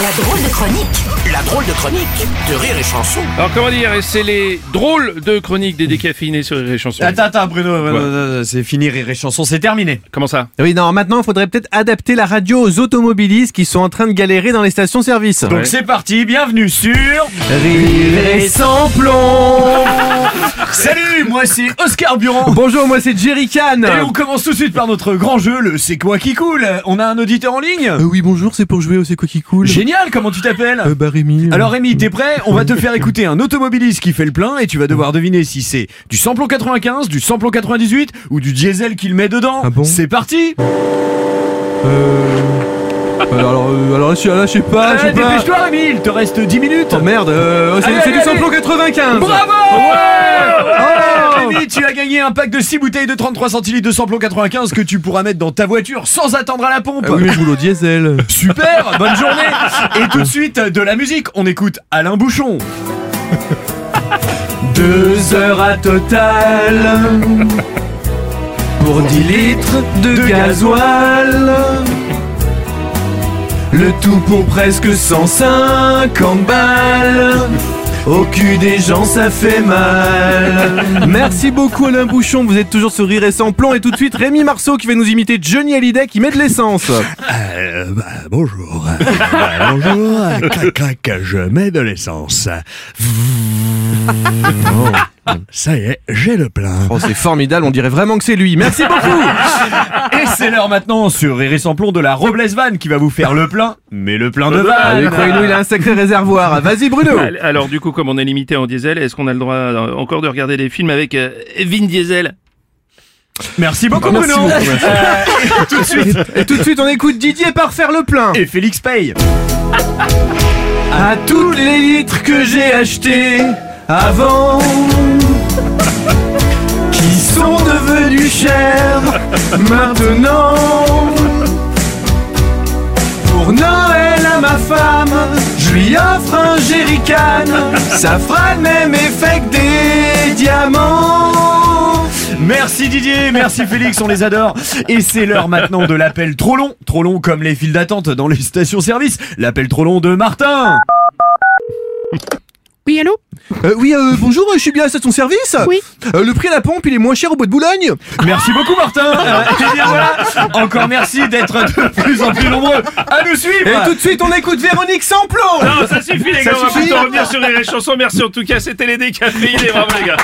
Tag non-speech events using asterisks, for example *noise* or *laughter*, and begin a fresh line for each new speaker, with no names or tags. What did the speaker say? La drôle de chronique
La drôle de chronique de Rire et Chanson.
Alors comment dire, c'est les drôles de chroniques des décaféinés sur les chansons.
Attends, attends, Bruno, euh, non, non, non, c'est fini, rire et chanson, c'est terminé.
Comment ça
Oui, non, maintenant, il faudrait peut-être adapter la radio aux automobilistes qui sont en train de galérer dans les stations-service.
Donc c'est parti, bienvenue sur...
Rire et sans *laughs* plomb
Salut, moi c'est Oscar Buron
Bonjour, moi c'est Jerry Can
Et on commence tout de suite par notre grand jeu, le C'est quoi qui coule On a un auditeur en ligne
Euh, Oui, bonjour, c'est pour jouer au C'est quoi qui coule
Génial, comment tu t'appelles
Euh, bah, Rémi. euh,
Alors Rémi, t'es prêt On va te faire écouter un automobiliste qui fait le plein et tu vas devoir deviner si c'est du samplon 95, du samplon 98 ou du diesel qu'il met dedans.
Ah bon
c'est parti
euh, Alors, euh, alors là, je, là, je sais pas, je
Ah,
sais pas.
Dépêche-toi Rémi, il te reste 10 minutes
Oh merde, euh, oh, c'est
Allez,
c'est du
allez,
samplon 95
Bravo Rémi, tu as gagné un pack de 6 bouteilles de 33 centilitres de samplon 95 que tu pourras mettre dans ta voiture sans attendre à la pompe.
Ah Oui, mais je roule au diesel.
Super, bonne journée Et tout de suite, de la musique, on écoute Alain Bouchon. Deux heures à total
Pour 10 litres
de gasoil.
Le tout pour presque 150 balles. Au cul des gens, ça fait mal. Merci beaucoup, Alain Bouchon. Vous êtes toujours sur Rire et sans plomb. Et tout de suite, Rémi Marceau qui va nous imiter Johnny Hallyday qui met de l'essence.
Euh, bah, bonjour. Euh, bah, bonjour. Clac, clac, je mets de l'essence. Oh, Ça y est, j'ai le plein.
Oh, c'est formidable. On dirait vraiment que c'est lui. Merci beaucoup.
Et c'est l'heure maintenant sur Rire et sans plomb de la Robles Van qui va vous faire le plein, mais le plein de
Ah oui,
vanne
croyez-nous, il a un sacré réservoir. Vas-y, Bruno.
Allez, Alors du coup, comme on est limité en diesel, est-ce qu'on a le droit euh, encore de regarder des films avec euh, Vin Diesel
Merci beaucoup
Merci
Bruno
beaucoup, ouais.
Euh, Et tout de suite,
Et tout de suite, on écoute Didier par faire le plein.
et Félix Paye
À tous les litres que j'ai achetés avant, *laughs* qui sont devenus
*laughs*
chers maintenant. Pour Noël à ma femme, je lui offre un
*laughs*
jerrycan. Ça fera le même effet que des diamants.
Merci Didier, merci Félix, on les adore. Et c'est l'heure maintenant de l'appel trop long, trop long comme les files d'attente dans les stations-service. L'appel trop long de Martin.
Oui, allô
Euh, oui, bonjour, je suis bien à son service. Euh,
Oui.
le prix à la pompe, il est moins cher au bois de Boulogne.
Merci beaucoup
*laughs*
Martin. Euh, et bien voilà, encore merci d'être de plus en plus nombreux à nous suivre.
Et tout de suite, on écoute Véronique Samplon.
Non, Oh, ça suffit les
Ça
gars, on va
suffit
plutôt revenir sur les chansons. Merci en tout cas, c'était les décaféinés, bravo les gars.